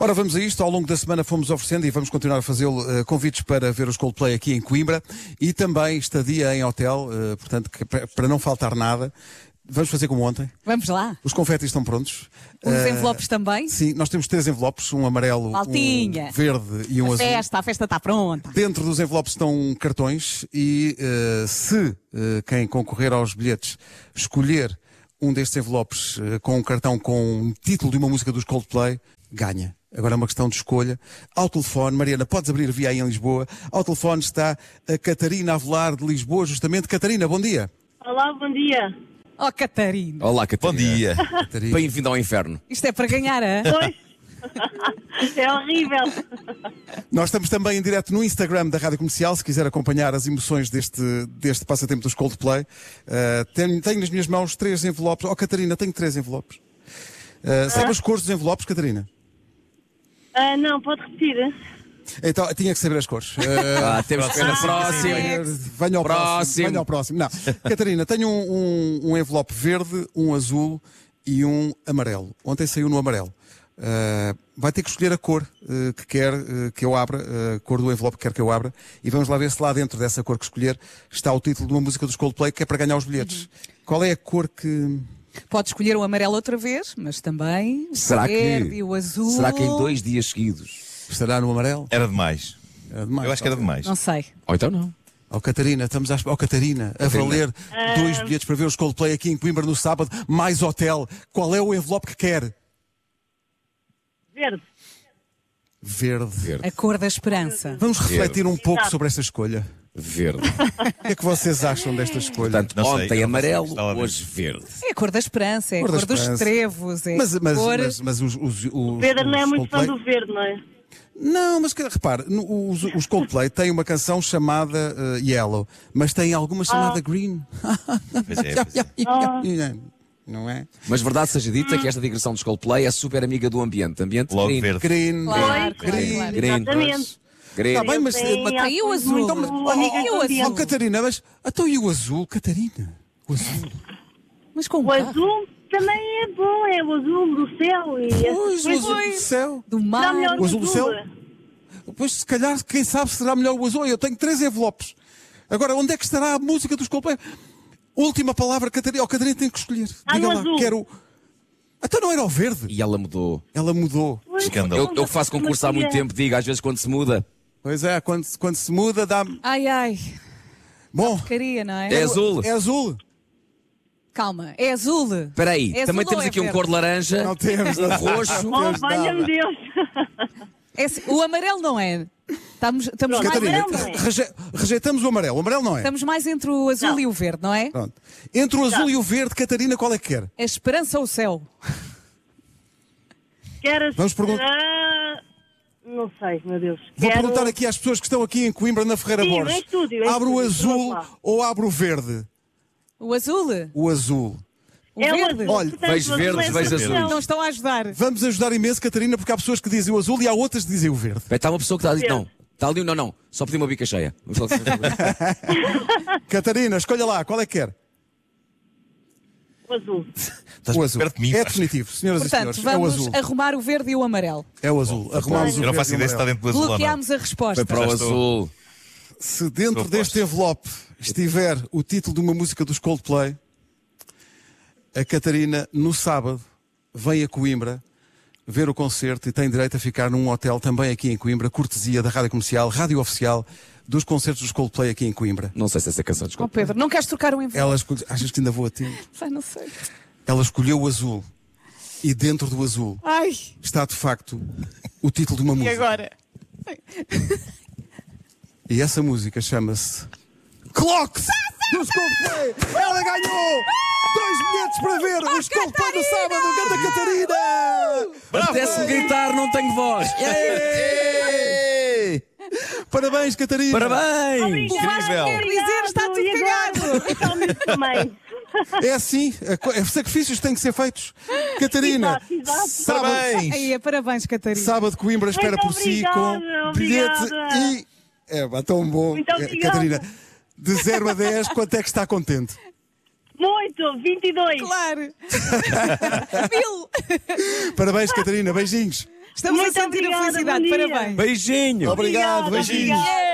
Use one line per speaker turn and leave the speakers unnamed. Ora, vamos a isto. Ao longo da semana fomos oferecendo e vamos continuar a fazê-lo eh, convites para ver os Coldplay aqui em Coimbra e também estadia em hotel, eh, portanto, que pa- para não faltar nada. Vamos fazer como ontem.
Vamos lá.
Os confetis estão prontos.
Os
Eh,
envelopes também.
Sim, nós temos três envelopes, um amarelo, um
Maltinha.
verde e um
A
azul.
festa, a festa está pronta.
Dentro dos envelopes estão cartões e eh, se eh, quem concorrer aos bilhetes escolher um destes envelopes eh, com um cartão com um título de uma música dos Coldplay, ganha. Agora é uma questão de escolha. Ao telefone, Mariana, podes abrir via aí em Lisboa. Ao telefone está a Catarina Avelar de Lisboa, justamente. Catarina, bom dia.
Olá, bom dia.
Oh, Catarina.
Olá, Catarina.
Bom dia.
Catarina.
Bem-vindo ao inferno.
Isto é para ganhar a.
Pois, é horrível.
Nós estamos também em direto no Instagram da Rádio Comercial, se quiser acompanhar as emoções deste, deste passatempo dos Coldplay. Uh, tenho, tenho nas minhas mãos três envelopes. Oh, Catarina, tenho três envelopes. Uh, sabe as cores dos envelopes, Catarina?
Ah, não, pode repetir?
Então, tinha que saber as cores.
Eh,
Uh,
Ah, temos que ver na próxima.
venha ao próximo.
Próximo.
Venha ao próximo. Não. Catarina, tenho um, um- um envelope verde, um azul e um amarelo. Ontem saiu no amarelo. Uh, vai ter que escolher a cor uh, que quer uh, que eu abra, uh, a cor do envelope que quer que eu abra, e vamos lá ver se lá dentro dessa cor que escolher está o título de uma música dos Coldplay que é para ganhar os bilhetes. Qual é a cor que.
Pode escolher o amarelo outra vez, mas também o
Será
verde
que,
e o azul.
Será que em dois dias seguidos?
Estará no amarelo?
Era demais.
Era demais.
Eu acho que era demais.
Não sei.
Ou então não.
Oh, Catarina, estamos à... oh, Catarina, a valer
Ah.
dois bilhetes para ver os Coldplay aqui em Coimbra no sábado, mais hotel. Qual é o envelope que quer?
Verde.
Verde.
Verde.
A cor da esperança.
Vamos refletir um pouco
Exato.
sobre esta escolha.
Verde.
O que é que vocês acham desta escolha?
Portanto,
Não sei,
ontem
eu não sei o que
amarelo,
está lá dentro.
hoje verde.
É a cor da esperança, é a
Cor da
cor dos
esperança.
trevos, é
mas,
a
mas,
cor.
mas, mas os, os, os,
Pedro não é
os
muito
Coldplay-
fã do verde, não é?
Não, mas que- repare, no- os, os Coldplay têm uma canção chamada eh, Yellow, mas tem
Ah.
alguma chamada Green.
Pois é, pois é.
Não é?
Mas verdade seja dita que esta digressão dos Coldplay é super amiga do ambiente. Ambiente
Logo
green.
Ah.
verde.
Green. green.
Claro, claro, claro.
Green.
Exatamente.
Green.
Tá bem, mas-
Tem
mas-
Aí o azul.
muito
Oh,
oh,
amigas do
oh,
Oh,
ambiente.
Catarina, mas. Então e o azul, Catarina? O azul.
Mas com
oh,
O
o
azul também é bom, é o azul do céu. E
Pois, o azul do céu.
do
Será
mar.
melhor
O azul do céu? Pois, se calhar, quem sabe será melhor o azul. Eu tenho três envelopes. Agora, onde é que estará a música dos Coldplay? Última palavra, Catarina. Oh, Catarina tem que escolher.
Ah, no azul.
Quero... Até não era o verde.
E ela mudou.
Ela mudou.
Pois, é-
Escândalo.
Eu, eu que faço concurso há muito tempo, digo, às vezes quando se muda,
Pois é, quando, se- quando se muda dá...
Ai, ai.
Bom,
Queria, não é?
é azul.
é azul.
Calma, é azul.
Espera aí,
É azul
também
ou
temos
é
aqui um
verde?
cor de laranja,
Não temos
um
nada.
roxo.
Oh,
Deus
valha-me
dava.
Deus.
É assim, o amarelo não é. Estamos, estamos,
Pronto,
mais,
Catarina,
amarelo não é.
reje- rejeitamos o amarelo. O amarelo não é.
estamos mais entre o azul
Não.
e o verde, não é?
Pronto. Entre o azul e o verde, Catarina, qual é que quer?
A esperança ou o céu?
Quero...
Vamos perguntar-
Ah, Não sei, meu Deus.
Vou
Quero-
perguntar aqui às pessoas que estão aqui em Coimbra, na Ferreira
Sim, em
Borges.
estúdio, em
abre o
estúdio,
azul
vamos lá.
ou abre o verde?
O azul?
O azul.
O
É o
verde?
azul.
Olha,
portanto,
vejo
o azul
verdes,
é do
vejo
céu.
azuis.
Não Então estão a ajudar.
Vamos ajudar imenso, Catarina, porque há pessoas que dizem o azul e há outras que dizem o verde.
Está tá uma pessoa que está a dizer,
Verde.
não, está ali, um não, não, só pedi uma bica cheia. Vamos lá-
Catarina, escolha lá, qual é que quer?
O azul.
Estás
o azul.
perto de mim.
é
acho.
definitivo, senhoras e
Portanto,
senhores. É o
vamos
azul.
arrumar o verde e o amarelo.
É o azul. Arrumamos o
Eu não
verde
faço
e o
ideia se está
amarelo.
dentro do azul ou não.
Bloqueámos a resposta.
Foi para o
Já estou.
azul.
Se dentro
Estou
deste
posto.
envelope estiver o título de uma música dos Coldplay, a Catarina, no sábado, vem a Coimbra ver o concerto e tem direito a ficar num hotel também aqui em Coimbra, cortesia da Rádio Comercial, Rádio Oficial, dos concertos dos Coldplay aqui em Coimbra.
Não sei se essa canção,
Oh,
desculpa.
Pedro, não queres trocar o envelope?
Ela escolhe... Achas que ainda vou a tempo?
Ai, não sei.
Ela escolheu o azul. E dentro do azul
Ai,
está de facto o título de uma
e
música.
agora?
E essa música chama-se Clocks dos Coldplay. Ela ganhou dois bilhetes para ver os Coldplay no sábado, Ganda Catarina.
Apetece-me gritar, não tenho voz.
Ei!
Parabéns, Catarina.
Parabéns!
Incrível.
Quer dizer, está tudo
E agora?
cagado.
Totalmente também.
É assim, a co- é- sacrifícios têm que ser feitos. Catarina,
Exato, exato.
sábado,
Parabéns!
Aí, é, parabéns, Catarina.
sábado Coimbra espera
Muito
por si
obrigada,
com bilhete
obrigada.
e... É, pá, tão bom.
Muito
Eh,
obrigada.
Catarina, de 0 a 10, quanto é que está contente?
Muito, 22.
Claro. Mil.
Parabéns, Catarina. Beijinhos.
Estamos
Muito
a sentir
obrigada,
a felicidade.
bom dia.
Parabéns.
Beijinho.
Obrigada,
beijinho.
obrigada.